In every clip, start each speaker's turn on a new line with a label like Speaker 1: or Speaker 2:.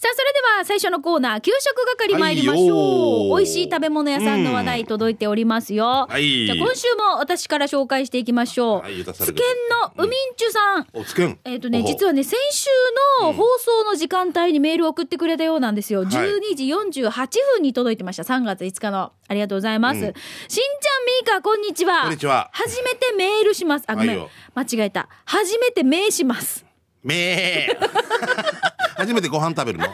Speaker 1: さあ、それでは最初のコーナー、給食係参りましょう。
Speaker 2: はいよー
Speaker 1: 美味しい食べ物屋さんの話題届いておりますよ。
Speaker 2: はい
Speaker 1: じゃあ今週も私から紹介していきましょう。
Speaker 2: はいゆたさ
Speaker 1: 津
Speaker 2: れ
Speaker 1: 堅
Speaker 2: て
Speaker 1: のウミンチュさん。
Speaker 2: おつけん。
Speaker 1: えっ、とね、
Speaker 2: お
Speaker 1: 実はね、先週の放送の時間帯にメールを送ってくれたようなんですよ。12時48分に届いてました。3月5日の。ありがとうございます。しんちゃん、みーか、こんにちは。
Speaker 2: こんにちは
Speaker 1: 初めてメールします。あ、ごめ
Speaker 2: はい
Speaker 1: ん
Speaker 2: よ。
Speaker 1: 間違えた。初めてメーします。
Speaker 2: めー。 初めてご飯食べるの。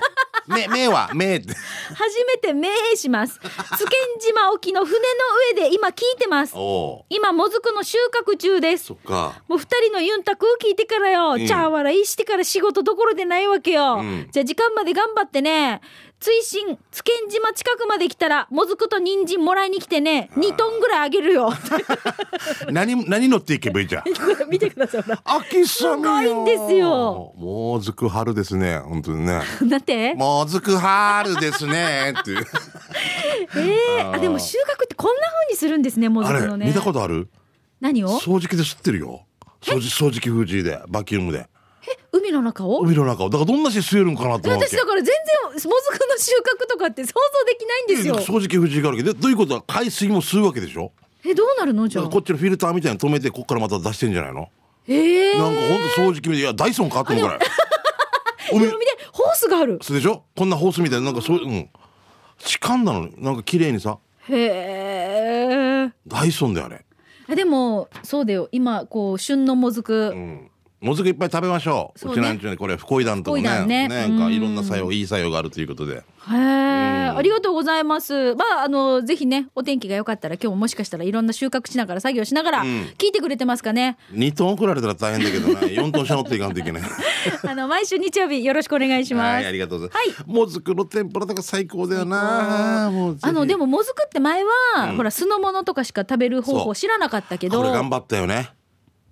Speaker 2: め、めーは、めーって。
Speaker 1: 初めて命名します。津堅島沖の船の上で今聞いてます
Speaker 2: お。お。
Speaker 1: 今、もずくの収穫中です
Speaker 2: そ。っか。
Speaker 1: もう二人のユンタクを聞いてからよ、
Speaker 2: ん
Speaker 1: チャーワラいしてから仕事どころでないわけよ。
Speaker 2: うん
Speaker 1: じゃあ時間まで頑張ってね。追伸、津堅島近くまで来たら、もずくと人参もらいに来てね、2トンぐらいあげる よ。
Speaker 2: 何、何乗っていけばいいじゃん。
Speaker 1: 見てください、ほら。
Speaker 2: 秋さん。
Speaker 1: すごいんですよ。
Speaker 2: もうずく春ですね。本当にね。
Speaker 1: だって、
Speaker 2: もうずく春ですね。っ ていう。
Speaker 1: ええあ、でも収穫ってこんな風にするんですね、もず
Speaker 2: あ
Speaker 1: く
Speaker 2: れ
Speaker 1: の、ね。
Speaker 2: 見たことある。
Speaker 1: 何を
Speaker 2: 掃除機で吸ってるよ。掃除、掃除機封じで、バキュームで。
Speaker 1: 海の中を
Speaker 2: 海の中を、だから、どんなし吸えるんかなと思うわ
Speaker 1: 私
Speaker 2: け
Speaker 1: だ。から全然もずくの収穫とかって想像できないんですよ。
Speaker 2: 掃除機封じがあるけど、でどういうことは海水も吸うわけでしょ
Speaker 1: えどうなるのじゃあ
Speaker 2: こ。っちのフィルターみたいに止めて、こっからまた出してんじゃないの。
Speaker 1: ええー。
Speaker 2: なんかほんと掃除機みたいいやダイソンかと思うからい海
Speaker 1: 海でホースがある。
Speaker 2: そうでしょこんなホースみたいななんかそううん痴漢なのになんか綺麗にさ
Speaker 1: へえ。
Speaker 2: ダイソンだよあれ
Speaker 1: あでもそうだよ今こう旬のもずく、
Speaker 2: うんもずくいっぱい食べましょう
Speaker 1: そうう
Speaker 2: ち
Speaker 1: ね
Speaker 2: なんちゅうねこれ不恋団とか
Speaker 1: 不恋団ね
Speaker 2: ねなんか
Speaker 1: うん
Speaker 2: いろんな作用いい作用があるということで
Speaker 1: へえありがとうございますまああのぜひねお天気が良かったら今日ももしかしたらいろんな収穫しながら作業しながら聞いてくれてますか ね、
Speaker 2: 2トン送られたら大変だけどな 4トンしゃ乗っていかんといけない
Speaker 1: あの毎週日曜日よろしくお願いしま
Speaker 2: はいあ
Speaker 1: す
Speaker 2: りがとうございます、もずくの天ぷらとか最高だよなもうぜひ
Speaker 1: あのでももずくって前は、ほら酢の物とかしか食べる方法知らなかったけど
Speaker 2: これ頑張ったよね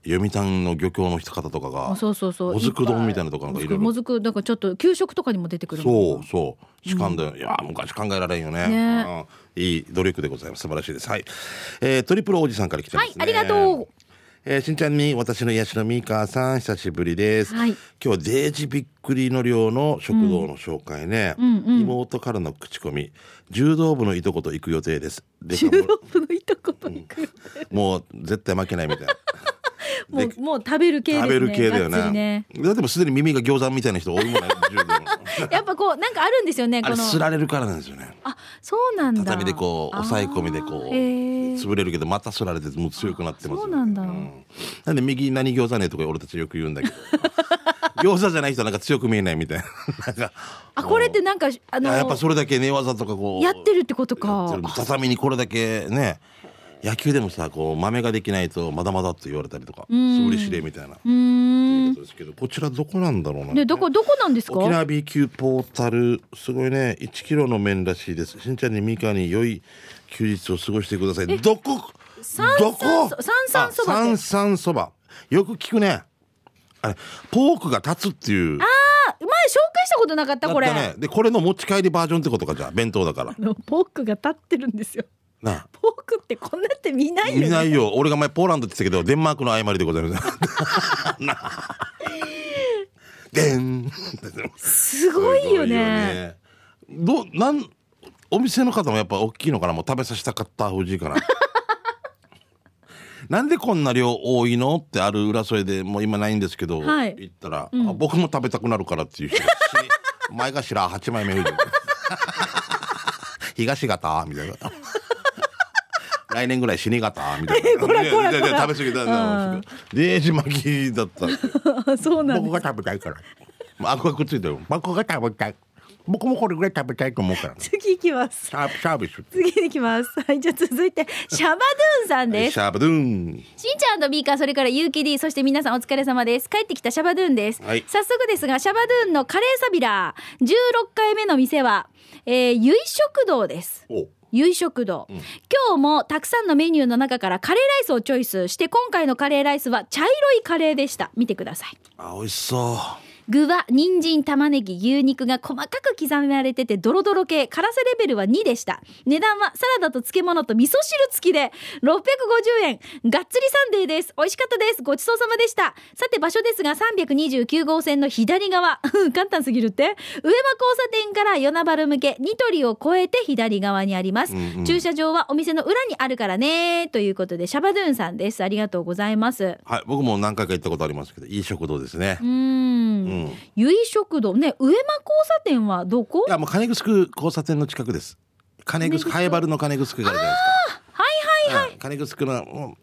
Speaker 2: 読谷の漁協の人方とかが
Speaker 1: そうそうそう
Speaker 2: もずく丼みたいなとかなんかいろいろ
Speaker 1: もずくだからちょっと給食とかにも出てくるもん
Speaker 2: そうそう痴漢だよ、いやー昔考えられんよね
Speaker 1: ね
Speaker 2: うん、いい努力でございます素晴らしいですはい、えー、トリプルおじさんから来てますね
Speaker 1: はいありがとう
Speaker 2: えー、しんちゃんに私の癒しのみーかーさん久しぶりです、
Speaker 1: はい
Speaker 2: 今日はデージびっくりの量の食堂の紹介ね、妹からの口コミ柔道部のいとこと行く予定ですでか
Speaker 1: 柔
Speaker 2: も
Speaker 1: 道部のいとこと行く、
Speaker 2: もう絶対負けないみ たいな
Speaker 1: もうもう食べる系です
Speaker 2: 食
Speaker 1: ね
Speaker 2: べる系だ
Speaker 1: が
Speaker 2: よ
Speaker 1: っつ
Speaker 2: な、
Speaker 1: りね
Speaker 2: だってもうすでに耳が餃子みたいな人多いもんね柔道の
Speaker 1: やっぱ こうなんかあるんですよね
Speaker 2: あ
Speaker 1: こ
Speaker 2: れ
Speaker 1: の
Speaker 2: すられるからなんですよね
Speaker 1: あそうなんだ
Speaker 2: 畳でこう抑え込みでこう
Speaker 1: あーへー
Speaker 2: 潰れるけどまた反られてもう強くなってます
Speaker 1: そう
Speaker 2: よね
Speaker 1: なんだ、
Speaker 2: なんで右何餃子ねとか俺たちよく言うんだけど 餃子じゃない人なんか強く見えないみたいな なんか
Speaker 1: あこれってなんかあの
Speaker 2: あやっぱそれだけ寝技とかこう
Speaker 1: やってるってこと
Speaker 2: やって
Speaker 1: か
Speaker 2: る畳にこれだけね野球でもさこう豆ができないとまだまだって言われたりとかそうりしれみたいな
Speaker 1: うーん
Speaker 2: ことですけどこちらどこなんだろうな
Speaker 1: でどこどこなんですか
Speaker 2: 沖縄 B 級ポータルすごいね1キロの麺らしいですしんちゃんにみかに良い休日を過ごしてくださいどこ
Speaker 1: 三
Speaker 2: どこ
Speaker 1: 三三そばって
Speaker 2: あ三三そばよく聞くねあれポークが立つっていう
Speaker 1: あ前紹介したことなかったこれ
Speaker 2: だったねでこれの持ち帰りバージョンってことかじゃあ弁当だから
Speaker 1: あのポークが立ってるんですよ
Speaker 2: なあ
Speaker 1: ポークってこんなって見ないよ、ね、
Speaker 2: 見ないよ俺が前ポーランドって言ってたけどデンマークの誤りでございます なあでん
Speaker 1: すごいよね
Speaker 2: すごいよね。どうなんお店の方もやっぱ大きいのかなもう食べさせたかった方じいかな。 なんでこんな量多いのってある裏添えでもう今ないんですけど、
Speaker 1: はい
Speaker 2: 言ったら、あ僕も食べたくなるからっていう人し前頭8枚目 東方みたいな。 来年ぐらい死に方みたい な。
Speaker 1: こらこら
Speaker 2: いやいやいや
Speaker 1: こら
Speaker 2: 食べ過ぎだな。デージ巻きだった。
Speaker 1: そうなん
Speaker 2: 僕
Speaker 1: で
Speaker 2: が食べたいから。まあ、がくっついてる。僕が食べたい。僕もこれぐらい食べたいと思 うから。シ
Speaker 1: す次行きます
Speaker 2: ャープ、シャービス。
Speaker 1: 次に行きますはいじゃあ続いてシャバドゥンさんです
Speaker 2: シャープドゥン。
Speaker 1: しんちゃんとビーカーそれから有機 D そして皆さんお疲れ様です帰ってきたシャバドゥーンです、
Speaker 2: はい
Speaker 1: 早速ですがシャバドゥーンのカレーサビラー16回目の店は、えー、ゆい食堂です
Speaker 2: お。
Speaker 1: ゆい食堂、今日もたくさんのメニューの中からカレーライスをチョイスして今回のカレーライスは茶色いカレーでした見てください
Speaker 2: あ、美味しそう。
Speaker 1: 具は人参玉ねぎ牛肉が細かく刻められててドロドロ系辛さレベルは2でした値段はサラダと漬物と味噌汁付きで650円がっつりサンデーです美味しかったですごちそうさまでしたさて場所ですが329号線の左側 簡単すぎるって上間交差点から与那原向けニトリを越えて左側にあります、
Speaker 2: うんうん
Speaker 1: 駐車場はお店の裏にあるからねということでシャバドゥンさんですありがとうございます
Speaker 2: はい、僕も何回か行ったことありますけど、いい食堂ですね
Speaker 1: う。ん
Speaker 2: うん。い
Speaker 1: 由井食堂ね上間交差点はどこ
Speaker 2: や、もう金城交差点の近くです。金城、
Speaker 1: 金城
Speaker 2: ハエバルの金城があるじゃないですか。はいはいはい。金城の、うん
Speaker 1: あそこにニ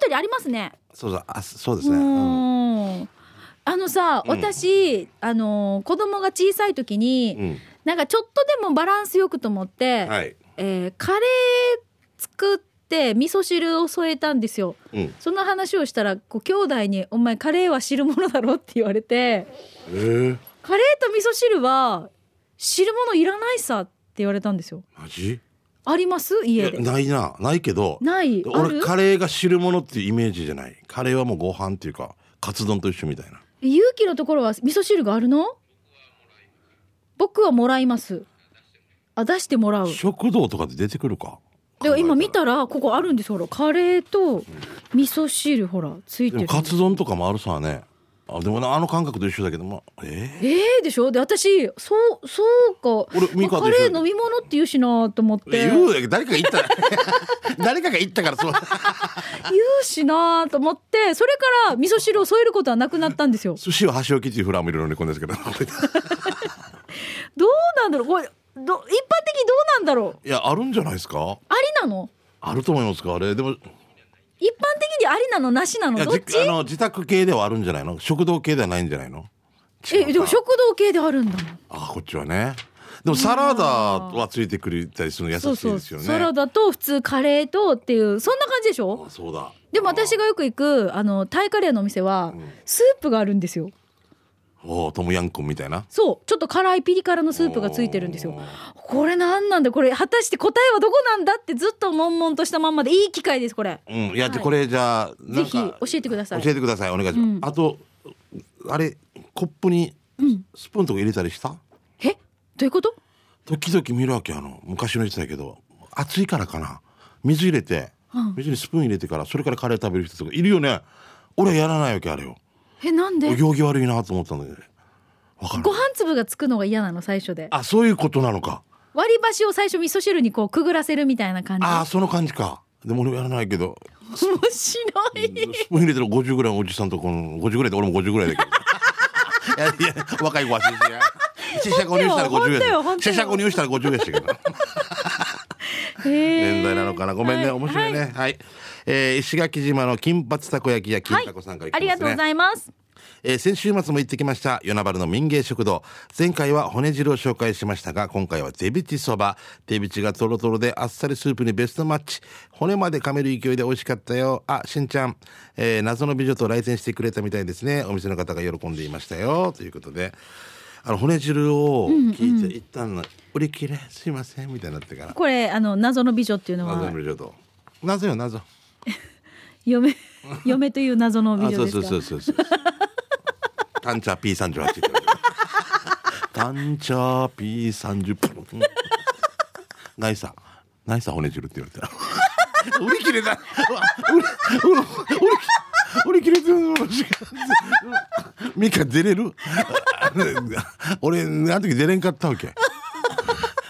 Speaker 1: トリありますね
Speaker 2: そうそう、あ、そうです
Speaker 1: う
Speaker 2: ね。うん
Speaker 1: ーんあのさ、
Speaker 2: うん
Speaker 1: 私あの子供が小さい時に、
Speaker 2: うん。
Speaker 1: なんかちょっとでもバランスよくと思って、
Speaker 2: はい。
Speaker 1: えーカレー作って味噌汁を添えたんですよ
Speaker 2: うん。え
Speaker 1: その話をしたらこう兄弟に「お前カレーは汁物だろ」って言われて
Speaker 2: えー、
Speaker 1: 「カレーと味噌汁は汁物いらないさ」って言われたんですよ
Speaker 2: マジ。
Speaker 1: あります
Speaker 2: い
Speaker 1: 家
Speaker 2: や、
Speaker 1: で
Speaker 2: ないな、ないけど。
Speaker 1: ないあ
Speaker 2: 俺
Speaker 1: る
Speaker 2: カレーが汁物っていうイメージじゃないカレーはもうご飯っていうかカツ丼と一緒みたいな
Speaker 1: 勇気のところは味噌汁があるの僕はもらいますあ出してもらう
Speaker 2: 食堂とかで出てくるか
Speaker 1: でも今見
Speaker 2: 考
Speaker 1: たらここあるんですほらカレーと味噌汁ほらつい
Speaker 2: えた
Speaker 1: て
Speaker 2: らで
Speaker 1: る
Speaker 2: もカツ丼とかもあるさねあでもなあの感覚と一緒だけどまあえ
Speaker 1: えー、でしょで私そうそう か
Speaker 2: 俺ミ
Speaker 1: ま
Speaker 2: カ
Speaker 1: あ
Speaker 2: と
Speaker 1: カ
Speaker 2: 一緒
Speaker 1: レー飲み物って言うしなと思っ
Speaker 2: ー、
Speaker 1: て
Speaker 2: 言うだけど誰かが言ったら誰かが言った からそう
Speaker 1: 言うしなと思ってそれから味噌汁を添えることはなくなったんですよ
Speaker 2: 寿司を箸置きっていうフラーもいろいろ乗り込んでる んですけど
Speaker 1: どうなんだろうこれど一般的にどうなんだろう
Speaker 2: いやあるんじゃないですか
Speaker 1: ありなの
Speaker 2: あると思いますかあれでもい
Speaker 1: 一般的にありなのなしなの
Speaker 2: や
Speaker 1: どっ
Speaker 2: じ
Speaker 1: ち
Speaker 2: あの自宅系ではあるんじゃないの食堂系ではないんじゃないの違うか
Speaker 1: えでも食堂系であるんだもん
Speaker 2: あこっちはねでもサラダはついてくれたりするの優しいですよ
Speaker 1: そう
Speaker 2: ね
Speaker 1: そうサラダと普通カレーとっていうそんな感じでしょ
Speaker 2: あそうだ
Speaker 1: でも私がよく行くあのタイカレーのお店はスープがあるんですよ
Speaker 2: おおトムヤンクンみたいな
Speaker 1: そうちょっと辛いピリ辛のスープがついてるんですよ
Speaker 2: おー
Speaker 1: これなんなんだこれ果たして答えはどこなんだってずっと悶々としたまんまでいい機会ですこれ
Speaker 2: うんいや、じゃあこれじゃあな
Speaker 1: ぜ
Speaker 2: ん
Speaker 1: ひ
Speaker 2: か
Speaker 1: 教えてください
Speaker 2: 教えてくださいお願いします、
Speaker 1: うん
Speaker 2: あとあれコップにスプーンとか入れたりした、
Speaker 1: えどういうこと
Speaker 2: 時々見るわけあの昔の人だけど暑いからかな水入れて、
Speaker 1: うん
Speaker 2: 水にスプーン入れてからそれからカレー食べる人とかいるよね俺はやらないわけあれよ
Speaker 1: えなんで
Speaker 2: お
Speaker 1: ご
Speaker 2: 行儀悪いなと思ったんだよねわかる
Speaker 1: 飯粒がつくのが嫌なの最初で
Speaker 2: あそういうことなのか
Speaker 1: 割り箸を最初味噌汁にこうくぐらせるみたいな感じ
Speaker 2: ああその感じかでも俺はやらないけど
Speaker 1: 面白い
Speaker 2: スプーン入れてる50ぐらいのおじさんとこの50ぐらいで俺も50ぐらいだ けどいやいや若い子は新鮮や試写購入したら50
Speaker 1: 本当よ
Speaker 2: 円
Speaker 1: 本当
Speaker 2: です
Speaker 1: よ
Speaker 2: 試写購入したら50円でしたけど
Speaker 1: 年
Speaker 2: 年代なのかなごめんね、面白いねはい、えー石垣島の金髪たこ焼きや金
Speaker 1: はい
Speaker 2: たこさんから、
Speaker 1: ありがとうございます
Speaker 2: えー先週末も行ってきました与那原の民芸食堂前回は骨汁を紹介しましたが今回は手びちそば手びちがとろとろであっさりスープにベストマッチ骨まで噛める勢いで美味しかったよあしんちゃん、えー謎の美女と来店してくれたみたいですねお店の方が喜んでいましたよということであの骨汁を聞いて、一旦の売り切れすいませんみたいになってから
Speaker 1: これあの謎の美女っていうの
Speaker 2: 謎
Speaker 1: は
Speaker 2: の美女と謎よ謎
Speaker 1: 嫁嫁という謎の美
Speaker 2: あそ
Speaker 1: 女
Speaker 2: う
Speaker 1: です
Speaker 2: そ
Speaker 1: か
Speaker 2: うそうそうそう タンチャー P38 タンチャー P30 分ないさないさ骨汁って言われたら売り切れだうわ売り売り売り切れてるの時間ミカ出れる俺あの時出れんかったわけ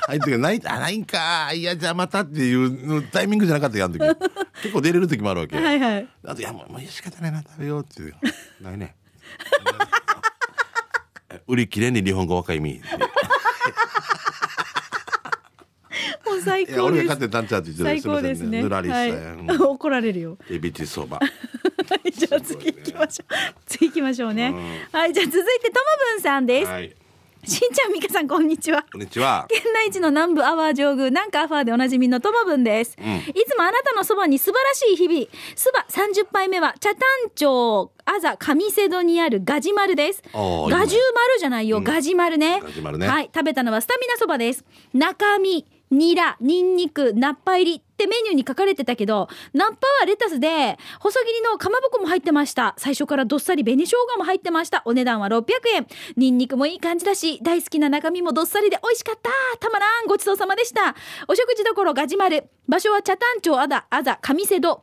Speaker 2: あいつがないあないんかいやじゃあまたっていうタイミングじゃなかったよあの時結構出れる時もあるわけ、
Speaker 1: はいはい
Speaker 2: あと、いや、もう、もう仕方ないな、食べようっていう。 ないね。売り切れに日本語若いみ。い
Speaker 1: もう最
Speaker 2: や、
Speaker 1: 高
Speaker 2: 俺
Speaker 1: で
Speaker 2: が勝
Speaker 1: す
Speaker 2: 手にタンチャーって言って
Speaker 1: 最
Speaker 2: る。ま
Speaker 1: 高
Speaker 2: せん
Speaker 1: ですね
Speaker 2: ぬらりした
Speaker 1: はい
Speaker 2: よ。
Speaker 1: 怒られるよ
Speaker 2: エビチそば。
Speaker 1: はいじゃあ次行きましょう次行きましょうねはいじゃあ続いてともぶんさんです
Speaker 2: はい。
Speaker 1: しんちゃんみかさんこんにちは
Speaker 2: こんにちは。
Speaker 1: 県内一の南部アワー上宮なんかアファーでおなじみのともぶんです、いつもあなたのそばに素晴らしい日々そば30杯目は茶炭町あざ上瀬戸にあるガジマルです
Speaker 2: あー
Speaker 1: ガジュマルじゃないよ、ガジマルね
Speaker 2: ガジュマルね
Speaker 1: はい食べたのはスタミナそばです中身ニラニンニクナッパ入りってメニューに書かれてたけどナッパはレタスで細切りのかまぼこも入ってました最初からどっさり紅生姜も入ってましたお値段は600円ニンニクもいい感じだし大好きな中身もどっさりで美味しかったたまらんごちそうさまでしたお食事どころガジマル場所は茶炭町あだあざ上瀬戸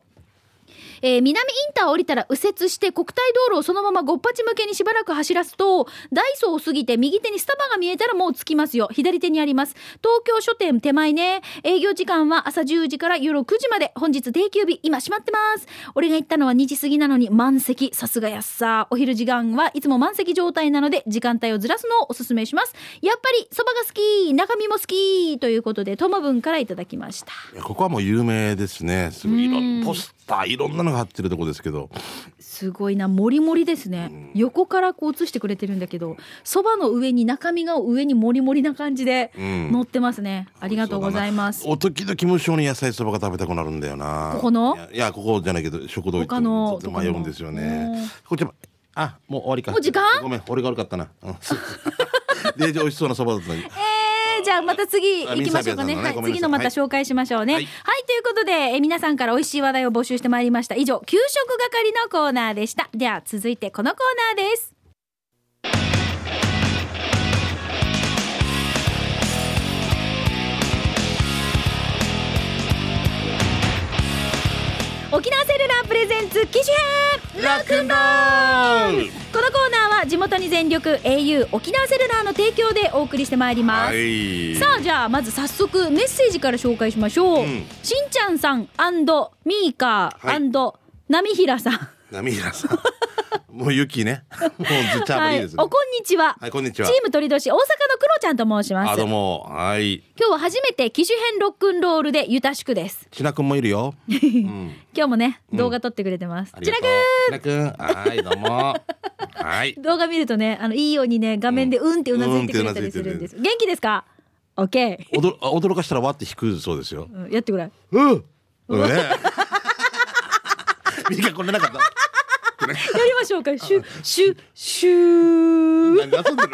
Speaker 1: えー南インターを降りたら右折して国体道路をそのままごっぱち向けにしばらく走らすとダイソーを過ぎて右手にスタバが見えたらもう着きますよ左手にあります東京書店手前ね営業時間は朝10時から夜9時まで本日定休日今閉まってます俺が行ったのは2時過ぎなのに満席さすがやっさお昼時間はいつも満席状態なので時間帯をずらすのをおすすめしますやっぱりそばが好き中身も好きということでともぶんからいただきました
Speaker 2: いやここはもう有名ですねすごいいろんポスターいろんなのが貼ってるとこですけど
Speaker 1: すごいな、もりもりですね。横からこう映してくれてるんだけど、そばの上に中身が上にもりもりな感じで
Speaker 2: ん
Speaker 1: 乗ってますね。ありがとうございます。
Speaker 2: お時々無性に野菜そばが食べたくなるんだよな
Speaker 1: ここの
Speaker 2: いやいやここじゃないけど食堂行って
Speaker 1: 他の
Speaker 2: ずっと迷うんですよね
Speaker 1: うん
Speaker 2: こっちもあもう終わりか
Speaker 1: もう時間
Speaker 2: ごめん俺が悪かったなうん で美味しそうなそばだったのに
Speaker 1: えーじゃあまた次行きましょうかね。
Speaker 2: あ
Speaker 1: は
Speaker 2: ミ
Speaker 1: い
Speaker 2: サ、ベさんのねごめんなさい
Speaker 1: 次のまた紹介しましょうね。は
Speaker 2: はいい、
Speaker 1: ということで、えー皆さんから美味しい話題を募集してまいりました。以上、給食係のコーナーでした。では、続いてこのコーナーです。沖縄セルラープレゼンツ機種編
Speaker 2: ラックンロール
Speaker 1: このコーナーは地元に全力 au 沖縄セルラーの提供でお送りしてまいります、
Speaker 2: はい
Speaker 1: さあじゃあまず早速メッセージから紹介しましょう、
Speaker 2: うん
Speaker 1: しんちゃんさんミーカ
Speaker 2: は
Speaker 1: ー
Speaker 2: い
Speaker 1: 波平さん
Speaker 2: 波平さんもう雪 ねもうずちゃぶりですね
Speaker 1: おこんにちは、
Speaker 2: はいこんにちは
Speaker 1: チーム鳥年大阪のクロちゃんと申しま
Speaker 2: あ
Speaker 1: す
Speaker 2: どうもはい
Speaker 1: 今日は初めて機種編ロックンロールでゆたしくです
Speaker 2: ちなくんもい るようん
Speaker 1: 今日もね動画撮ってくれてます、
Speaker 2: あ
Speaker 1: ち
Speaker 2: り
Speaker 1: な
Speaker 2: が
Speaker 1: く
Speaker 2: とうちなくんはいどうもはい
Speaker 1: 動画見るとねあのいいようにね画面でうんってうなずいてくれたりするんです、元気ですか OK、
Speaker 2: 驚あ驚かしたらわって引くそうですよ
Speaker 1: うん、やってく れ
Speaker 2: うん。うん ね。みんなこんななかった。
Speaker 1: やりましょうか。シュシュシュー。
Speaker 2: 何で遊んでる。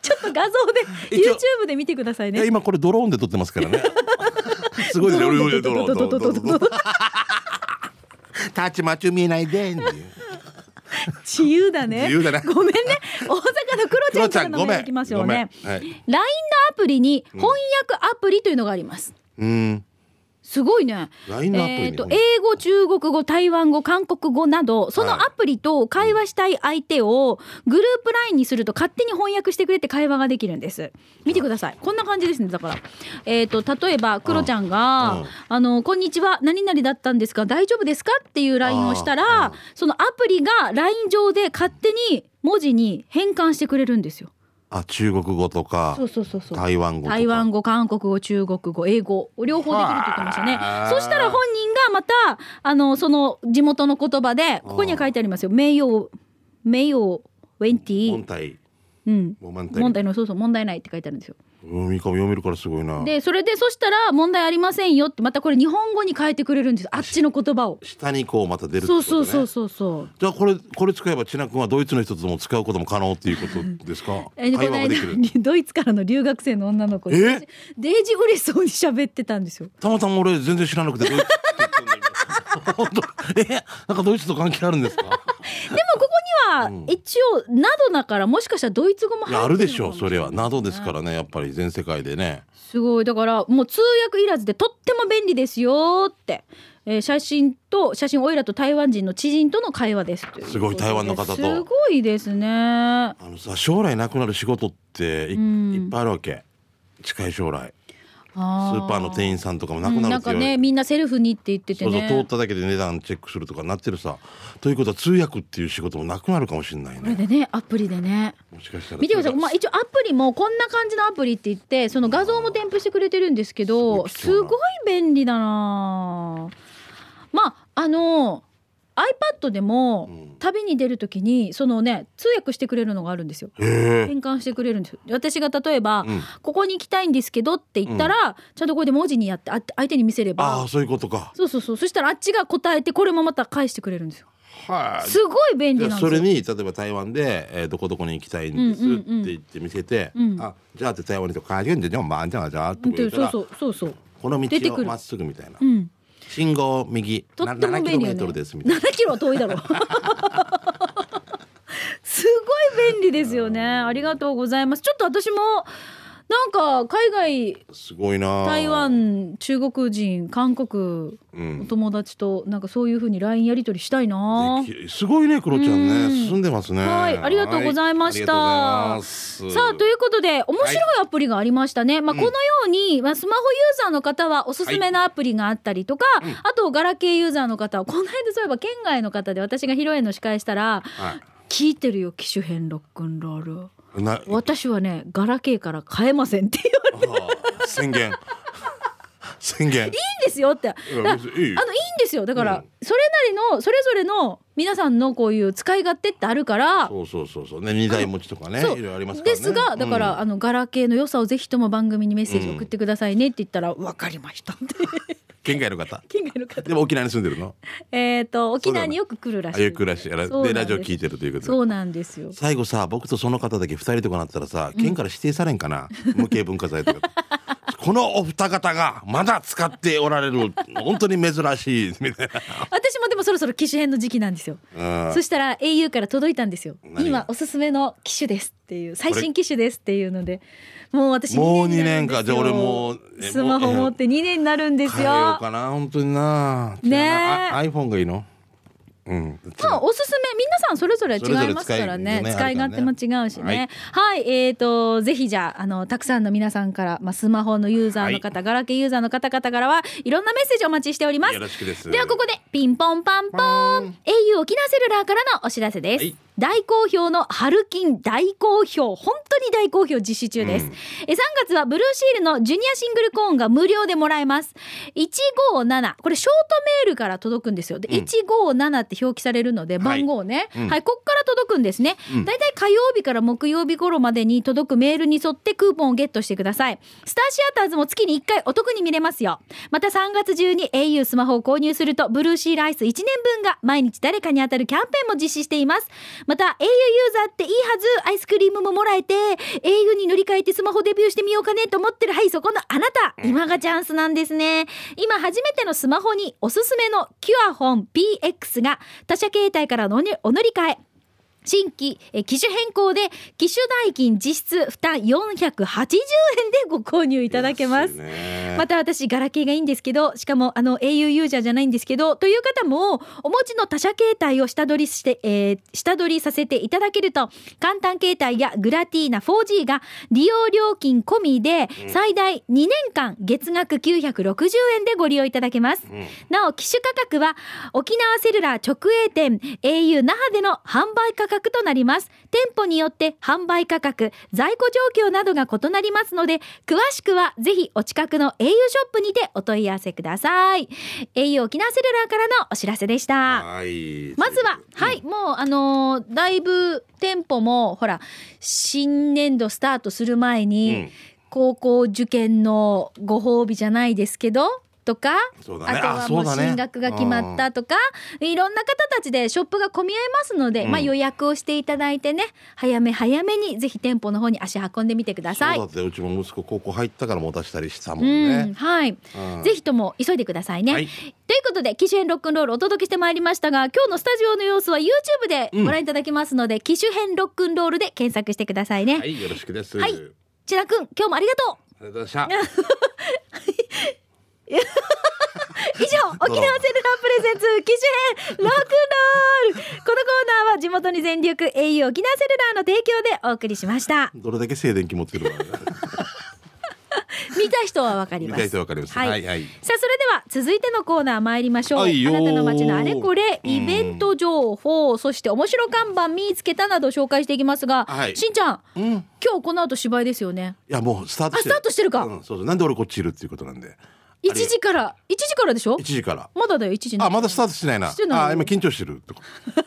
Speaker 1: ちょっと画像で
Speaker 2: 一応
Speaker 1: YouTube で見てください
Speaker 2: いや
Speaker 1: ね。
Speaker 2: 今これドローンで撮ってます からね。すごいですよ。俺ドローンドローンドローンドローン。タチマチュ見えないでんっていう。
Speaker 1: 自由だね。
Speaker 2: 自由だね
Speaker 1: ごめんね。大阪のクロちゃんから
Speaker 2: クロちゃん
Speaker 1: の
Speaker 2: ごめん
Speaker 1: メールきましょうね。
Speaker 2: ごめんはい
Speaker 1: LINE のアプリに翻訳アプリというのがあります。
Speaker 2: うん。
Speaker 1: すごいね。
Speaker 2: LINE のアプリね
Speaker 1: えっと英語、中国語、台湾語、韓国語など、そのアプリと会話したい相手をグループ LINE にすると勝手に翻訳してくれて会話ができるんです。見てください。こんな感じですね。だから、えっ、と例えばクロちゃんが、
Speaker 2: うんうん
Speaker 1: あのこんにちは何々だったんですが大丈夫ですかっていう LINE をしたら、そのアプリが LINE 上で勝手に文字に変換してくれるんですよ。
Speaker 2: あ中国語とか
Speaker 1: そうそうそうそう。
Speaker 2: 台湾語とか。
Speaker 1: 台湾語、韓国語、中国語、英語、両方できるって言ってましたね
Speaker 2: は。あ
Speaker 1: そしたら本人がまた、あの、その地元の言葉で、ここには書いてありますよ。名誉、名誉、ウェンティ
Speaker 2: 問題。
Speaker 1: うん。
Speaker 2: もう満
Speaker 1: 問
Speaker 2: 点。
Speaker 1: 題の、そうそう、問題ないって書いてあるんですよ。
Speaker 2: うんみかも読めるからすごいな。
Speaker 1: で、それで、そしたら、問題ありませんよって、またこれ日本語に変えてくれるんです。あっちの言葉を。
Speaker 2: 下にこうまた出るって
Speaker 1: そ
Speaker 2: こ
Speaker 1: うそ
Speaker 2: と
Speaker 1: う
Speaker 2: ね。
Speaker 1: そうそうそう。
Speaker 2: じゃあこれこれ使えばちなくんはドイツの人とも使うことも可能っていうことですか。
Speaker 1: え
Speaker 2: 会
Speaker 1: この
Speaker 2: 話が
Speaker 1: 間
Speaker 2: できる。
Speaker 1: ドイツからの留学生の女の子
Speaker 2: え
Speaker 1: デージデイジ嬉しそうに喋ってたんですよ。
Speaker 2: たまたま俺全然知らなくてド イツって言ってんだけど本当えなんかドイツと関係あるんで すか
Speaker 1: でもここには一応「など」だからもしかしたらドイツ語も
Speaker 2: い
Speaker 1: 入っ
Speaker 2: や
Speaker 1: て
Speaker 2: あ
Speaker 1: るのか
Speaker 2: る
Speaker 1: も
Speaker 2: でしょうそれはなどですからねやっぱり全世界でね
Speaker 1: すごいだからもう通訳いらずでとっても便利ですよって、えー写真と写真オイラと台湾人の知人との会話ですとうことです
Speaker 2: ごい台湾の方と
Speaker 1: すごいですね
Speaker 2: あのさ将来なくなる仕事ってい,、
Speaker 1: ん
Speaker 2: っぱいあるわけ近い将来
Speaker 1: スー
Speaker 2: スーパーの店員さんとかもなくなる
Speaker 1: な
Speaker 2: っ
Speaker 1: ん
Speaker 2: て言
Speaker 1: か
Speaker 2: われ
Speaker 1: ね
Speaker 2: る
Speaker 1: みんなセルフにって言ってて
Speaker 2: そう
Speaker 1: ね
Speaker 2: そう通っただけで値段チェックするとかなってるさということは通訳っていう仕事もなくなるかもしれない
Speaker 1: これで
Speaker 2: ね
Speaker 1: ねアプリでね
Speaker 2: もしかしたら
Speaker 1: 見てください、まあ、一応アプリもこんな感じのアプリって言ってその画像も添付してくれてるんですけど
Speaker 2: す
Speaker 1: す
Speaker 2: ごい貴重な
Speaker 1: ごい便利だなあまああの iPad でも
Speaker 2: うん
Speaker 1: 旅に出るときにそのね通訳してくれるのがあるんですよ
Speaker 2: へえ
Speaker 1: 変換してくれるんですよ私が例えば、
Speaker 2: うん
Speaker 1: ここに行きたいんですけど」って言ったら、ちゃんとこれで文字にやってあ相手に見せれ
Speaker 2: あ
Speaker 1: ば
Speaker 2: あそういうことか
Speaker 1: そうそうそうそしたらあっちが答えてこれもまた返してくれるんですよ
Speaker 2: はい、
Speaker 1: すごい便利
Speaker 2: で
Speaker 1: なんです
Speaker 2: そ
Speaker 1: よ
Speaker 2: れに例えば台湾で、えーどこどこに行きたいんです
Speaker 1: うん
Speaker 2: って
Speaker 1: うんうん
Speaker 2: 言って見せて「
Speaker 1: うん
Speaker 2: あじゃあ」って台湾の人「カジュンでじゃあまあじゃあじゃあ」とか言った
Speaker 1: そう
Speaker 2: ら
Speaker 1: そうそうそう
Speaker 2: この
Speaker 1: 出て
Speaker 2: 道
Speaker 1: く
Speaker 2: を
Speaker 1: る
Speaker 2: まっすぐみたいな
Speaker 1: うん
Speaker 2: 信号右
Speaker 1: とっても便利よね
Speaker 2: 7 km ですみたいな
Speaker 1: 7キロは遠いだろう すごい便利ですよねありがとうございますちょっと私もなんか海外
Speaker 2: すごいなあ
Speaker 1: 台湾中国人韓国
Speaker 2: うん
Speaker 1: お友達となんかそういう風に LINE やり取りしたいな
Speaker 2: できすごいねクロちゃん
Speaker 1: うん
Speaker 2: ね進んでますね
Speaker 1: はいありがとうございました
Speaker 2: はいありがとうございます
Speaker 1: さあということで面白いアプリがありましたね、まあ、このように、まあ、スマホユーザーの方はおすすめのアプリがあったりとか、あとガラケーユーザーの方はこの間そういえば県外の方で私が披露宴の司会したら
Speaker 2: は
Speaker 1: 「聞いてるよ機種編ロックンロール
Speaker 2: いな
Speaker 1: 私はねガラケーから変えません」って言われて
Speaker 2: あ宣言 宣
Speaker 1: 「い
Speaker 2: 言
Speaker 1: いんですよ」って。
Speaker 2: い
Speaker 1: だ
Speaker 2: や別にいいよ
Speaker 1: あのいいんですよだから、
Speaker 2: うん
Speaker 1: それなりのそれぞれの皆さんのこういう使い勝手ってあるから
Speaker 2: そうそうそうそうね二台持ちとかねい
Speaker 1: そ
Speaker 2: ろ
Speaker 1: う
Speaker 2: いろありますから
Speaker 1: で
Speaker 2: ね
Speaker 1: すがだから、
Speaker 2: うん
Speaker 1: あのガラケーの良さをぜひとも番組にメッセージ送ってくださいねって言ったら「分かりました」って
Speaker 2: 県外の方
Speaker 1: 県外の方
Speaker 2: でも沖縄に住んでるの
Speaker 1: えっと沖縄に
Speaker 2: そ
Speaker 1: よく来るらし
Speaker 2: あ
Speaker 1: い
Speaker 2: よくらしいあら
Speaker 1: そうなん
Speaker 2: で
Speaker 1: です
Speaker 2: ラジオ聞いてるということで
Speaker 1: そうなんですよ
Speaker 2: 最後さ僕とその方だけ2人とかなったらさ県から指定されん かな、無形文化財とかこのお二方がまだ使っておられる本当に珍しいみたい
Speaker 1: 私もでもそろそろ機種編の時期なんですよ
Speaker 2: な、うん
Speaker 1: そしたら au から届いたんですよ
Speaker 2: 何
Speaker 1: 今おすすめの機種ですっていう最新機種ですっていうのでもう私
Speaker 2: もう
Speaker 1: 2年になるん
Speaker 2: 二年かじゃあ俺もう
Speaker 1: ですよ
Speaker 2: え
Speaker 1: スマホ
Speaker 2: もう
Speaker 1: 持って2年になるんです
Speaker 2: 変えよ
Speaker 1: よ
Speaker 2: うかな本当にな
Speaker 1: ねえ
Speaker 2: あ iPhone がいいのうん
Speaker 1: まあおすすめ皆さんそれぞれ違いますからね
Speaker 2: それぞれ使い
Speaker 1: 使い勝手も違うし
Speaker 2: は
Speaker 1: ね
Speaker 2: い
Speaker 1: はい、えーとぜひじゃああのたくさんの皆さんから、まあ、スマホのユーザーの方、ガラケーユーザーの方々からはいろんなメッセージお待ちしております
Speaker 2: よろしくです
Speaker 1: ではここでピンポンパンポーン au 沖縄セルラーからのお知らせです、
Speaker 2: はい
Speaker 1: 大好評の春金大好評本当に大好評実施中です、
Speaker 2: うん
Speaker 1: え3月はブルーシールのジュニアシングルコーンが無料でもらえます157これショートメールから届くんですよで、
Speaker 2: うん
Speaker 1: 157って表記されるので番号ねは
Speaker 2: う
Speaker 1: い、
Speaker 2: ん
Speaker 1: ここから届くんですね、
Speaker 2: うん
Speaker 1: だいたい火曜日から木曜日頃までに届くメールに沿ってクーポンをゲットしてくださいスターシアターズも月に1回お得に見れますよまた3月中に au スマホを購入するとブルーシールアイス1年分が毎日誰かに当たるキャンペーンも実施していますまた au ユーザーっていいはずアイスクリームももらえて au に乗り換えてスマホデビューしてみようかねと思ってるはいそこのあなた今がチャンスなんですね今初めてのスマホにおすすめのキュアホン PX が他社携帯からのおねお乗り換え新規えー機種変更で機種代金実質負担480円でご購入いただけます
Speaker 2: 安いね
Speaker 1: また私ガラケーがいいんですけどしかもあの au ユーザーじゃないんですけどという方もお持ちの他社携帯を下取りして、えー下取りさせていただけると簡単携帯やグラティーナ 4G が利用料金込みで最大2年間月額960円でご利用いただけます、なお機種価格は沖縄セルラー直営店 au 那覇での販売価格となります店舗によって販売価格在庫状況などが異なりますので詳しくはぜひお近くの au ショップにてお問い合わせください au 沖縄セルラーからのお知らせでした
Speaker 2: はい
Speaker 1: まずは、はい、もうあのーだいぶ店舗もほら新年度スタートする前に、
Speaker 2: うん
Speaker 1: 高校受験のご褒美じゃないですけどとか、
Speaker 2: そうだね
Speaker 1: あとはも
Speaker 2: あそううだね
Speaker 1: 進学が決まったとか、いろんな方たちでショップが混み合いますので、
Speaker 2: うん
Speaker 1: まあ予約をしていただいてね早め早めにぜひ店舗の方に足運んでみてください。
Speaker 2: そうだってうちも息子高校入ったから持たしたりしたもん
Speaker 1: うん、
Speaker 2: ね、
Speaker 1: はい、
Speaker 2: うん
Speaker 1: ぜひとも急いでくださいね。
Speaker 2: はい
Speaker 1: ということで、機種編ロックンロールお届けしてまいりましたが、今日のスタジオの様子は YouTube でご覧いただけますので、機種編ロックンロールで検索してくださいね。
Speaker 2: はいよろしくです
Speaker 1: はい
Speaker 2: ありがと
Speaker 1: 千田くん、今日もありがと
Speaker 2: うございました
Speaker 1: う。以上、沖縄セルラープレゼンツ機種編ロックンロール。このコーナーは地元に全力 au 沖縄セルラーの提供でお送りしました。
Speaker 2: どれだけ静電気持ってるか
Speaker 1: 見た人はわかり
Speaker 2: 見
Speaker 1: ま
Speaker 2: たい
Speaker 1: す
Speaker 2: 人。わかります
Speaker 1: はい
Speaker 2: はいはい
Speaker 1: さあそれでは続いてのコーナー参りましょう、
Speaker 2: はい
Speaker 1: あ
Speaker 2: よ
Speaker 1: な
Speaker 2: ー
Speaker 1: たの街のあれこれ
Speaker 2: うん
Speaker 1: イベント情報、そして面白看板見つけたなど紹介していきますが、
Speaker 2: はい
Speaker 1: しんちゃん
Speaker 2: うんい
Speaker 1: 今日この後芝居ですよね
Speaker 2: やもうスタートして
Speaker 1: あスタートしてるか
Speaker 2: うん、そうそうなんで俺こっちいるっていうことなんで
Speaker 1: 1時から1時からでしょ
Speaker 2: 1時から
Speaker 1: まだだよ1時
Speaker 2: あまだスタートしてないな
Speaker 1: してない
Speaker 2: あ今緊張してるとか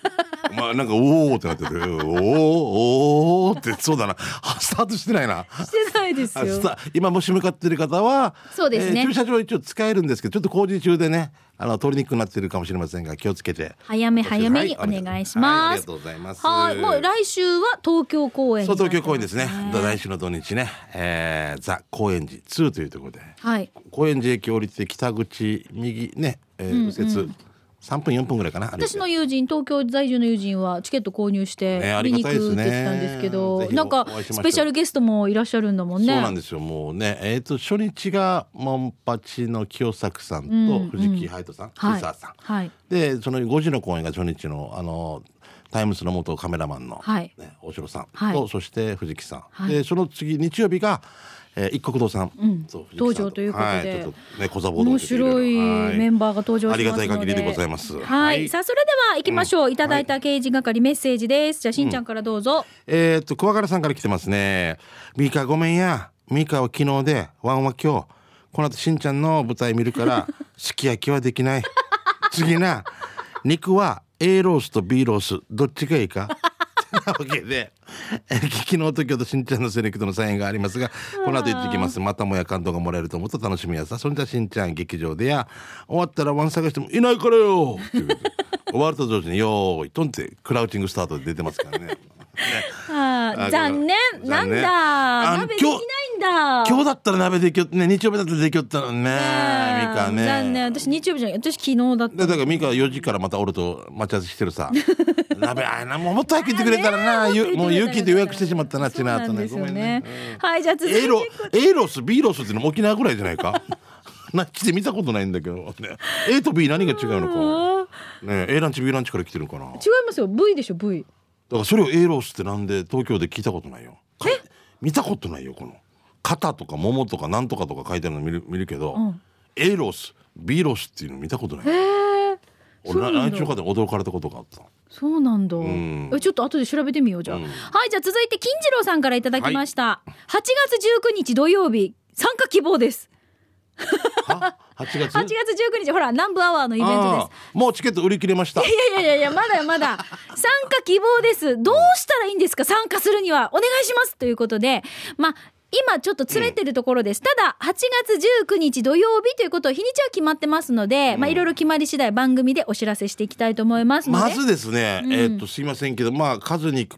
Speaker 2: まあなんかおおってなってておおーおーってそうだなあスタートしてないな
Speaker 1: してないです
Speaker 2: あス
Speaker 1: よ
Speaker 2: タ今もし向かってる方は
Speaker 1: そうですね
Speaker 2: えー駐車場一応使えるんですけどちょっと工事中でねあの通りにくくなってるかもしれませんが気をつけて
Speaker 1: 早め早めに
Speaker 2: はい
Speaker 1: お願いします
Speaker 2: はいありがとうございます
Speaker 1: はい、もう来週は東京公演に
Speaker 2: そ
Speaker 1: な
Speaker 2: う
Speaker 1: ってま
Speaker 2: 東京公演ですね来週の土日ね、えー、ザ高円寺2というところで
Speaker 1: はい。
Speaker 2: 高円寺駅降りて北口右ね、えー右折3分4分ぐらいかな
Speaker 1: 私の友人、東京在住の友人はチケット購入して
Speaker 2: ねあ
Speaker 1: 見
Speaker 2: り
Speaker 1: に
Speaker 2: が
Speaker 1: 行
Speaker 2: た
Speaker 1: く
Speaker 2: い
Speaker 1: っ
Speaker 2: で
Speaker 1: て
Speaker 2: すね
Speaker 1: 言ってたんですけど、
Speaker 2: ぜひ
Speaker 1: なんか
Speaker 2: お会いしましょ
Speaker 1: ス
Speaker 2: う
Speaker 1: ペシャルゲストもいらっしゃるんだもんね。
Speaker 2: そうなんですよもうねえー、と初日がモンパチの清作さん
Speaker 1: うん
Speaker 2: と藤木隼人さん、
Speaker 1: は
Speaker 2: 藤
Speaker 1: い
Speaker 2: 沢さん、
Speaker 1: はい。
Speaker 2: でその5時の公演が初日のあのタイムスの元カメラマンの、
Speaker 1: はい
Speaker 2: ね、大城さんと、
Speaker 1: はい
Speaker 2: そして藤木さん、
Speaker 1: はい
Speaker 2: でその次日曜日が、えー一国堂さん、
Speaker 1: ん
Speaker 2: そう藤木さん
Speaker 1: 登場ということで
Speaker 2: はい、ちょっとね小座坊
Speaker 1: 面白いメンバーが登場
Speaker 2: あ
Speaker 1: し
Speaker 2: り
Speaker 1: ま
Speaker 2: が
Speaker 1: すので。
Speaker 2: たい限りでございます
Speaker 1: はい、さあそれでは行きましょう、
Speaker 2: うん
Speaker 1: いただいた刑事係メッセージですじゃあしんちゃんからどうぞ、
Speaker 2: えーっと、桑原さんから来てますね。ミカごめんや。ミカは昨日で、ワンは今日。この後しんちゃんの舞台見るから、すき焼きはできない。次な、肉は A ロースと B ロース、どっちがいいかなわけで、えー昨日と今日としんちゃんのセレクトのサインがありますが、この後行ってきます。またもや感動がもらえると思うと楽しみやさ。そんじゃしんちゃん劇場でや、終わったらワン探してもいないからよということで終わると同時に、よーい、とんってクラウチングスタートで出てますからね。
Speaker 1: あー
Speaker 2: あ
Speaker 1: 残念
Speaker 2: 残
Speaker 1: なん
Speaker 2: 念
Speaker 1: だ
Speaker 2: あの
Speaker 1: 鍋できないんだ
Speaker 2: 今日だったら鍋できよってね日曜日だったらできよったのにね
Speaker 1: ねえ
Speaker 2: ミカね
Speaker 1: 残念私日曜日じゃない私昨日だった
Speaker 2: でだからミカ4時からまた俺と待ち合わせして るさ鍋あれなもうもっと早く言ってくれたらな
Speaker 1: ねえ
Speaker 2: ゆもう
Speaker 1: もっと言ってくれたら
Speaker 2: 勇気で予約してしまったなっ
Speaker 1: そ
Speaker 2: ち
Speaker 1: う
Speaker 2: なあ
Speaker 1: な
Speaker 2: と
Speaker 1: ん
Speaker 2: ね
Speaker 1: です
Speaker 2: ご
Speaker 1: よ
Speaker 2: めん
Speaker 1: ね
Speaker 2: ね
Speaker 1: はいじゃあ続いて
Speaker 2: A ロ A ロス B ロスっていうのも沖縄ぐらいじゃないか な来て見たことないんだけど、ね、A と B 何が違 うの
Speaker 1: あー
Speaker 2: か、ね、A ランチ B ランチから来てるのかなだ
Speaker 1: 違いますよ V でしょ V
Speaker 2: からそれを A ロスってなんで東京で聞いたことないよか見たことないよこの肩とか桃とかなんとかとか書いてあるの見る見るけど、
Speaker 1: ん
Speaker 2: A ロス B ロスっていうの見たことない
Speaker 1: えー、そう
Speaker 2: 俺
Speaker 1: な
Speaker 2: ラ
Speaker 1: ん
Speaker 2: ンチ
Speaker 1: だ
Speaker 2: の方で驚かれたことがあった
Speaker 1: そうなんだ、
Speaker 2: ん
Speaker 1: えちょっと後で調べてみようじゃあ、
Speaker 2: うん
Speaker 1: はいじゃあ続いて金次郎さんからいただきました、8月19日土曜日参加希望です
Speaker 2: は8月
Speaker 1: 8月19日ほら南部アワーのイベントです
Speaker 2: あーもうチケット売り切れました
Speaker 1: いやいやいやまだよまだ参加希望ですどうしたらいいんですか参加するにはお願いしますということでまあ今ちょっと詰めてるところです、ただ8月19日土曜日ということは日にちは決まってますので、まあいろいろ決まり次第番組でお知らせしていきたいと思いますので
Speaker 2: まずですね、えーっとすいませんけどまあ数に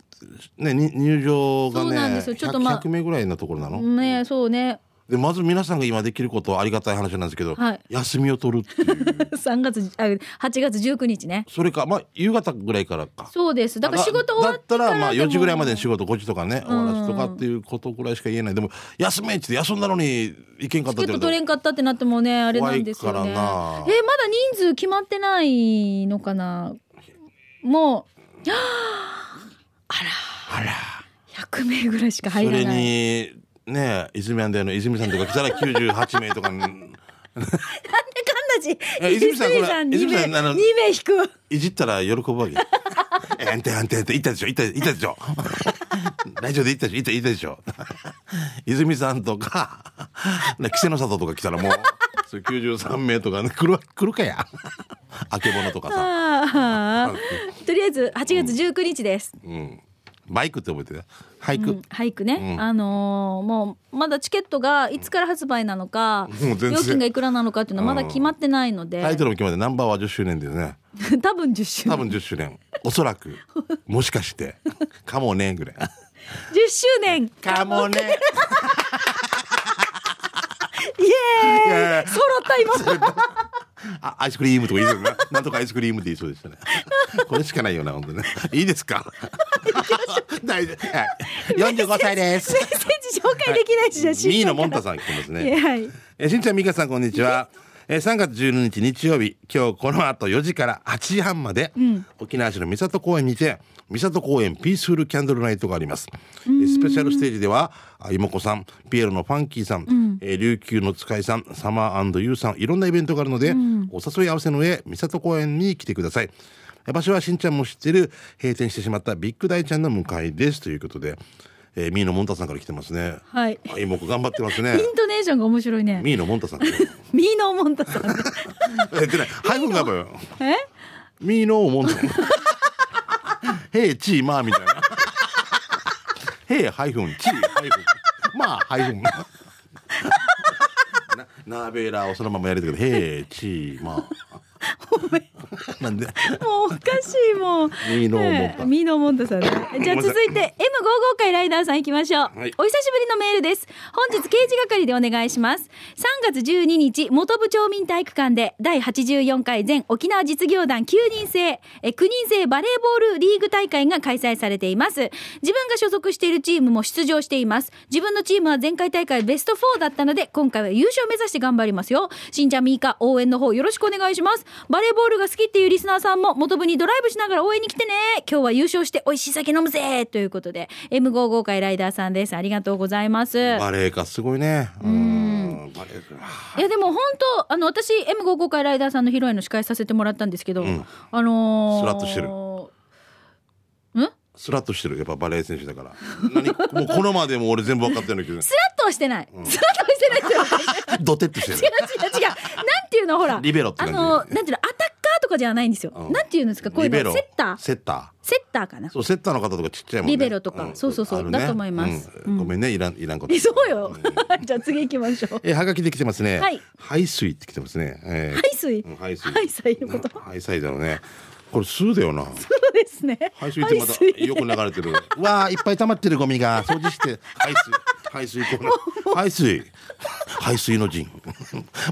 Speaker 2: ねに入場が
Speaker 1: そうなん
Speaker 2: ね
Speaker 1: ですよちょっと
Speaker 2: 100,
Speaker 1: まあ
Speaker 2: 100名ぐらいのところなの、
Speaker 1: ねそうね
Speaker 2: でまず皆さんが今できることはありがたい話なんですけど、
Speaker 1: はい
Speaker 2: 休みを取るっていう
Speaker 1: 3月あ8月19日ね
Speaker 2: それかまあ夕方ぐらいからか
Speaker 1: そうですだから仕事終わって
Speaker 2: だ
Speaker 1: から
Speaker 2: ったらまあ4時ぐらいまでに
Speaker 1: し
Speaker 2: 仕事5時とかね終わらすとかっていうことぐらいしか言えないでも休めっつって休んだのに行けんかっ
Speaker 1: チ
Speaker 2: た
Speaker 1: ケット
Speaker 2: ってこ
Speaker 1: 取
Speaker 2: と
Speaker 1: れんかったってなってもねあれなんですよね
Speaker 2: 怖い
Speaker 1: え
Speaker 2: からな
Speaker 1: まだ人数決まってないのかなもう
Speaker 2: あら
Speaker 1: 100名ぐらいしか入
Speaker 2: そ
Speaker 1: ら
Speaker 2: れ
Speaker 1: ない
Speaker 2: にね泉アンデーの泉さんとか来たら98名とか
Speaker 1: 神田
Speaker 2: え
Speaker 1: 氏
Speaker 2: 泉さん
Speaker 1: 泉さん2名
Speaker 2: これ泉さんあの
Speaker 1: 二名引く
Speaker 2: いじったら喜ぶわけ 「えあんてあんてあんて言ったでしょ言った言ったでしょ」 ラジオで言ったでしょ言った言ったでしょ 泉さんとか 稀勢の里とか来たらもうそう93名とかね来るわ来るかや あけぼのとかさ、
Speaker 1: あーとりあえず8月19日です
Speaker 2: うん、バイクって覚えてる俳句、
Speaker 1: うん俳句ね、
Speaker 2: うん
Speaker 1: あのーもうまだチケットがいつから発売なのか
Speaker 2: もう全然
Speaker 1: 料金がいくらなのかっていうのはまだ決まってないので、
Speaker 2: タイトルも決まってナンバーは10周年だよね
Speaker 1: 多分10周
Speaker 2: 多
Speaker 1: 年
Speaker 2: 分10周年おそらくもしかしてかもねんぐらい
Speaker 1: 10周年
Speaker 2: かもね
Speaker 1: イエーイ
Speaker 2: いやいや
Speaker 1: 揃った 今
Speaker 2: あアイスクリームとか言いそうだな。なんとかアイスクリームって言いそうでしたね。これしかないよな、本当ね。いいですか大丈 夫。はい45歳です
Speaker 1: メ。ッセージ紹介できないしじゃあしん
Speaker 2: ミ
Speaker 1: ち
Speaker 2: ー
Speaker 1: ゃ
Speaker 2: の
Speaker 1: ん
Speaker 2: モン
Speaker 1: か
Speaker 2: タ
Speaker 1: ら
Speaker 2: さん来てます
Speaker 1: いや
Speaker 2: ね。
Speaker 1: はい
Speaker 2: えしんちゃん、みかさん、こんにちは。えー3月17日日曜日、今日この後4時から8時半まで、沖縄市の三郷公園にて、三郷公園ピースフルキャンドルナイトがあります。えースペシャルステージでは、あ妹子さん、ピエロのファンキーさん、えー琉球の使いさん、サマーユーさん、いろんなイベントがあるので、お誘い合わせの上、三郷公園に来てください。えー場所はしんちゃんも知ってる、閉店してしまったビッグ大ちゃんの向かいです。ということで、えー、ミーのモンタさんから来てますね。
Speaker 1: はい
Speaker 2: あ妹子頑張ってます
Speaker 1: イ
Speaker 2: ね。
Speaker 1: ントネーションが面白いね
Speaker 2: ミーのモンタさん。
Speaker 1: ミーのモンタさん
Speaker 2: え、でね、ハイフンがあるよ。
Speaker 1: え
Speaker 2: ミーのモンタ。へえ、ちーまあみたいな。へえ、ハイフン、ちー、ハイフン。まあ、ハイフン。な、ナーベーラーをそのままやるけど、へえ、ちー、まあ。なんで。
Speaker 1: もうおかしいもう。
Speaker 2: ミノモンタ
Speaker 1: ええミノモンタさんね。じゃあ続いて M55 回ライダーさん行きましょう。
Speaker 2: はい
Speaker 1: お久しぶりのメールです。本日刑事係でお願いします。3月12日、元部町民体育館で第84回全沖縄実業団9人制、え9人制バレーボールリーグ大会が開催されています。自分が所属しているチームも出場しています。自分のチームは前回大会ベスト4だったので、今回は優勝を目指して頑張りますよ。しんちゃんみーか、応援の方よろしくお願いします。バレーボールが好きっていうリスナーさんも、元部にドライブしながら応援に来てね。今日は優勝して美味しい酒飲むぜということで、M55 回ライダーさんです。ありがとうございます。
Speaker 2: バレエか、すごいね。うん。バレエか。
Speaker 1: いやでも本当あの私 M55 回ライダーさんの披露宴の司会させてもらったんですけど、
Speaker 2: ん
Speaker 1: あのー、
Speaker 2: スラッとしてる
Speaker 1: ん
Speaker 2: スラッとしてる、やっぱバレエ選手だから。何、もうこのまでも俺全部分かってる けど。
Speaker 1: スラッとはしてない、スラッとはしてないって言われてる
Speaker 2: ドテッとし
Speaker 1: 違う違う
Speaker 2: て
Speaker 1: 違
Speaker 2: る。
Speaker 1: うなんていうのほら
Speaker 2: リベロって
Speaker 1: あ
Speaker 2: 感じ
Speaker 1: のなんていうのアタッカーとかじゃないんですよ、
Speaker 2: うん
Speaker 1: なんていうんですかこうい
Speaker 2: リ
Speaker 1: うの
Speaker 2: ベロ。
Speaker 1: セッター
Speaker 2: セッター。
Speaker 1: セッターかな
Speaker 2: そうセッターの方とかちっちゃいもんね。
Speaker 1: リベロとかそうそうそう
Speaker 2: ある
Speaker 1: だと思います
Speaker 2: うんごめんねいらんいらんこと。
Speaker 1: えそうよ、 じゃあ次行きましょう
Speaker 2: えはがきできてますね。
Speaker 1: はい
Speaker 2: 排水ってきてますね。え
Speaker 1: 排水
Speaker 2: ー、排水。
Speaker 1: 排水のこと
Speaker 2: 排水だろうね。これ数だよな。
Speaker 1: そうですね
Speaker 2: 排水ってま
Speaker 1: 排水
Speaker 2: たよく流れてる。わあいっぱい溜まってるゴミが掃除して排水。排水コーナー排水排水の陣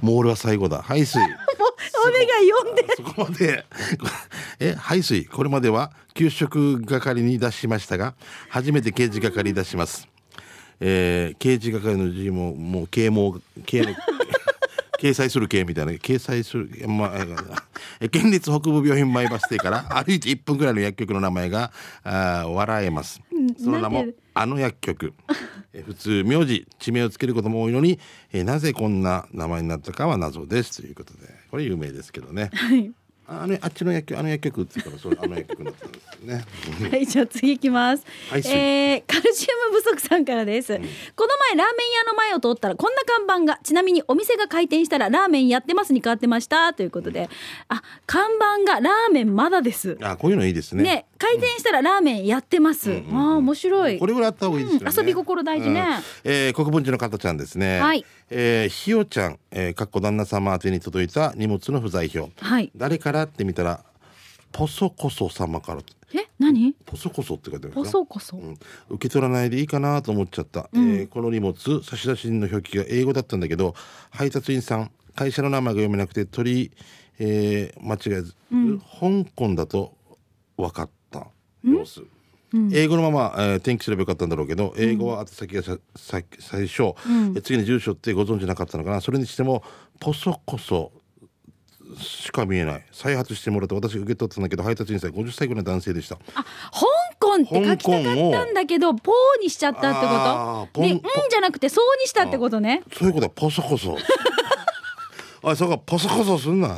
Speaker 2: もう俺は最後だ排水
Speaker 1: もうお願い読んで
Speaker 2: そこまで え排水これまでは給食係に出しましたが初めて刑事係に出します、えー刑事係の字ももう啓蒙啓の 掲載する系みたいな掲載する、まあ、え県立北部病院前バス停から歩いて1分ぐらいの薬局の名前があー笑えますその名
Speaker 1: な
Speaker 2: も
Speaker 1: んで
Speaker 2: あの薬局え普通名字地名をつけることも多いのに、えなぜこんな名前になったかは謎ですということでこれ有名ですけどね
Speaker 1: はい
Speaker 2: ああのあっちの薬局あの薬局って言ったらそれあの薬局になったんですよね。
Speaker 1: はい、じゃあ次行きます。
Speaker 2: はい次
Speaker 1: えーカルシウム不足さんからです。この前ラーメン屋の前を通ったらこんな看板が、ちなみにお店が開店したらラーメンやってますに変わってましたということで、あ、看板がラーメンまだです。
Speaker 2: あこういうのいいですね。
Speaker 1: ね、開店したらラーメンやってます。ああ、面白い。
Speaker 2: これぐらいあった方がいいですよ
Speaker 1: うん
Speaker 2: ね。
Speaker 1: 遊び心大事ね
Speaker 2: えー国分寺の方ちゃんですね。
Speaker 1: はい
Speaker 2: えーひよちゃん、えー、かっこ旦那様宛てに届いた荷物の不在表。
Speaker 1: はい。
Speaker 2: 誰からって見たら、ポソコソ様から。
Speaker 1: え、何
Speaker 2: ポソコソって書いてあるん
Speaker 1: ポ
Speaker 2: ですよ。
Speaker 1: ソコソ。
Speaker 2: うん受け取らないでいいかなと思っちゃった、えーこの荷物差出人の表記が英語だったんだけど配達員さん会社の名前が読めなくて取り、えー間違えず、香港だと分かった様子、英語のまま、えー転記すればよかったんだろうけど英語は宛先がささ最初、えー次に住所ってご存知なかったのかなそれにしてもポソコソしか見えない再発してもらって私受け取ったんだけど配達員さん50歳ぐらいの男性でした
Speaker 1: あ、香港って書きたかったんだけど、ポーにしちゃったって
Speaker 2: あー
Speaker 1: こと
Speaker 2: ポン
Speaker 1: で、うん
Speaker 2: ポ
Speaker 1: じゃなくて、そうにしたってこと ね。
Speaker 2: そういうこと はポソコソ。あ、そうか、ポソコソすんな。
Speaker 1: 言い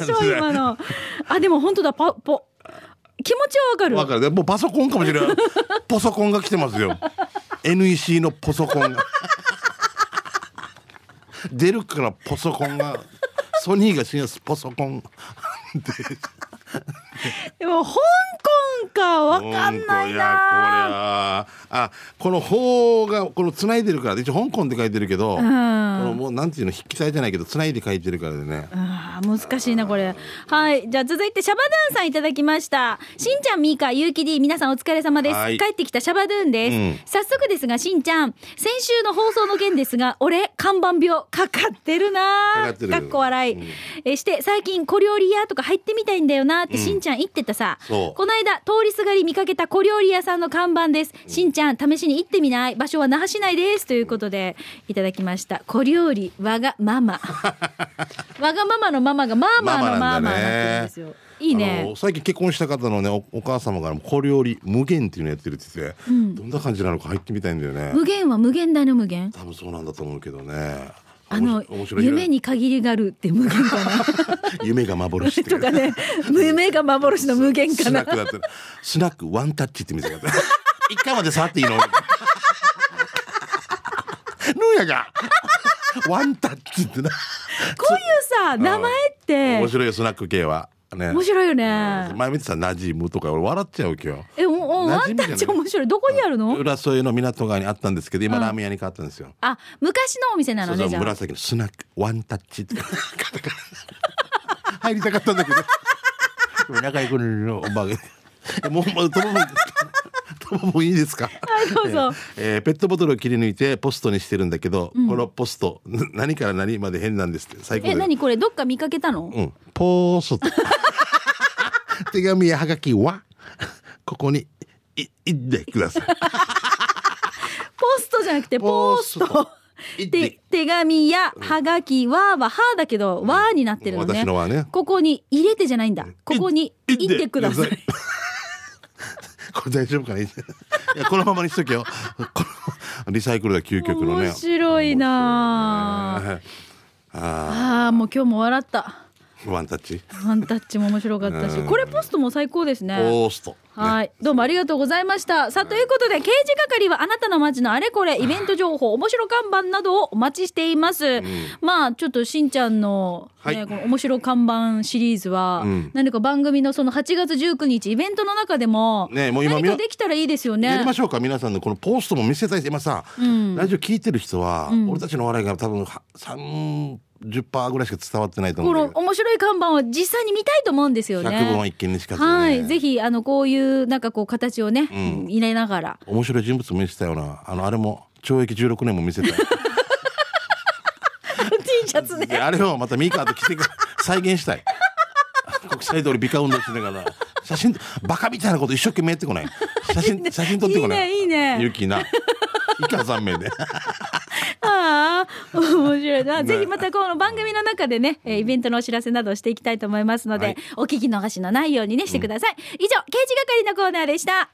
Speaker 1: 方でしょ今 のあでも本当だパポ気持ちはわかる
Speaker 2: わかるね、もうパソコンかもしれない。ポソコンが来てますよ。NEC のポソコンが。出るからポソコンが。ソニーが信用するポソコン。
Speaker 1: でも香港かわかんない
Speaker 2: やこれ
Speaker 1: な
Speaker 2: はあこの「法」がこの繋いでるから一応香港って書いてるけど、このもうなんていうの筆記体じゃないけど繋いで書いてるからでね
Speaker 1: あー難しいなこれはいじゃあ続いてシャバドゥンさんいただきましたしんちゃんみーかゆうき D 皆さんお疲れ様です
Speaker 2: はい
Speaker 1: 帰ってきたシャバドゥンです、
Speaker 2: うん
Speaker 1: 早速ですがしんちゃん先週の放送の件ですが俺看板病かかってるな
Speaker 2: か
Speaker 1: か
Speaker 2: かってるよ
Speaker 1: っこ笑い、えして最近小料理屋とか入ってみたいんだよなってしんちゃん言ってたさ、
Speaker 2: そう
Speaker 1: この間通りすがり見かけた小料理屋さんの看板です、しんちゃん試しに行ってみない場所は那覇市内ですということでいただきました小料理わがママわがママのママがマーマーのマーマーになってるんですよいい
Speaker 2: あ
Speaker 1: ね
Speaker 2: の最近結婚した方のねおお母様からも小料理無限っていうのやってるって言ってて、どんな感じなのか入ってみたいんだよね
Speaker 1: 無限は無限大の無限
Speaker 2: 多分そうなんだと思うけどね
Speaker 1: あの
Speaker 2: 面白い
Speaker 1: 夢に限りがあるって無限かな
Speaker 2: 夢が幻っ て
Speaker 1: とかね夢が幻の無限か
Speaker 2: スナ
Speaker 1: な
Speaker 2: ックだったらスナックワンタッチって店があって 一回まで触っていいの ヌーヤがワンタッチってな
Speaker 1: こういうさ名前って
Speaker 2: 面白いよスナック系はね
Speaker 1: 面白いよね
Speaker 2: 前見てたナジムとか俺笑っちゃう今日
Speaker 1: え、お、お、
Speaker 2: 馴
Speaker 1: ワ
Speaker 2: 染
Speaker 1: ン
Speaker 2: みじ
Speaker 1: タ
Speaker 2: ゃない
Speaker 1: ッチ面白い。どこにあるの
Speaker 2: 浦添の港側にあったんですけど今
Speaker 1: うん
Speaker 2: ラーメン屋に変わったんですよ、
Speaker 1: あ、昔のお店な
Speaker 2: そ
Speaker 1: の
Speaker 2: うそ
Speaker 1: ね、
Speaker 2: う
Speaker 1: じゃあ。
Speaker 2: 紫のスナックワンタッチって入りたかったんだけど中居君のおばげもうもうとももとももいいですか
Speaker 1: はい、どうぞ。
Speaker 2: えーペットボトルを切り抜いてポストにしてるんだけど、このポストな何から何まで変なんですって最高
Speaker 1: え、
Speaker 2: で
Speaker 1: 何これ、どっか見かけたの
Speaker 2: うん、ポー スト手紙やはがきはここにいいってください
Speaker 1: ポストじゃなくて、ポース
Speaker 2: ポース
Speaker 1: ト
Speaker 2: ト。いっ
Speaker 1: で
Speaker 2: て、
Speaker 1: 手紙や、はがき、わーは、はーだけど、わーになってるのね
Speaker 2: 私。のはね
Speaker 1: ここに入れてじゃないんだ。ここに
Speaker 2: い
Speaker 1: 行ってくださ
Speaker 2: いって
Speaker 1: い。
Speaker 2: これ大丈夫かないやこのままにしとけよ このリサイクルだ究極のね
Speaker 1: 面白いなあ
Speaker 2: 面白いねあ
Speaker 1: ああ、もう今日も笑った。
Speaker 2: ーワンタッチ
Speaker 1: ワンタッチも面白かったし、これポストも最高ですね。
Speaker 2: ポーストね
Speaker 1: はい、どうもありがとうございました。さあ、ということで、刑事係はあなたの街のあれこれ、イベント情報、面白看板などをお待ちしています。まあ、ちょっとしんちゃんの、ね、
Speaker 2: はい
Speaker 1: この面白看板シリーズは、
Speaker 2: うん
Speaker 1: 何か番組のその8月19日、イベントの中でも、
Speaker 2: ねもう今
Speaker 1: 何
Speaker 2: み
Speaker 1: か
Speaker 2: な
Speaker 1: できたらいいですよ
Speaker 2: やり
Speaker 1: ね
Speaker 2: ま。しょうか皆さんのこのポストも見せたいし今さ、
Speaker 1: うん
Speaker 2: ラジオ聞いてる人は、
Speaker 1: ん
Speaker 2: 俺たちの笑いが多分は30%ぐらいしか伝わってないと思
Speaker 1: こ
Speaker 2: う
Speaker 1: の
Speaker 2: んだけど
Speaker 1: 面白い看板を実際に見たいと思うんですよね。
Speaker 2: 100分は一見にしかずね
Speaker 1: はい、ぜひあのこういうなんかこう形をね、入れなが ら
Speaker 2: 面白い人物も見せたようなあのあれも懲役16年も見せたよ
Speaker 1: T シャツね
Speaker 2: であれをまたミカと着てく 再現したい国際通り美化運動しながら写真バカみたいなこと一生懸命やってこない写真写真撮ってこな
Speaker 1: いい
Speaker 2: い
Speaker 1: ねいいね
Speaker 2: ユキなイカ残念で
Speaker 1: ああ、面白いな。ぜひまたこの番組の中でね、えーイベントのお知らせなどをしていきたいと思いますので、
Speaker 2: はい
Speaker 1: お聞き逃しのないようにね、してください。以上、刑事係のコーナーでした。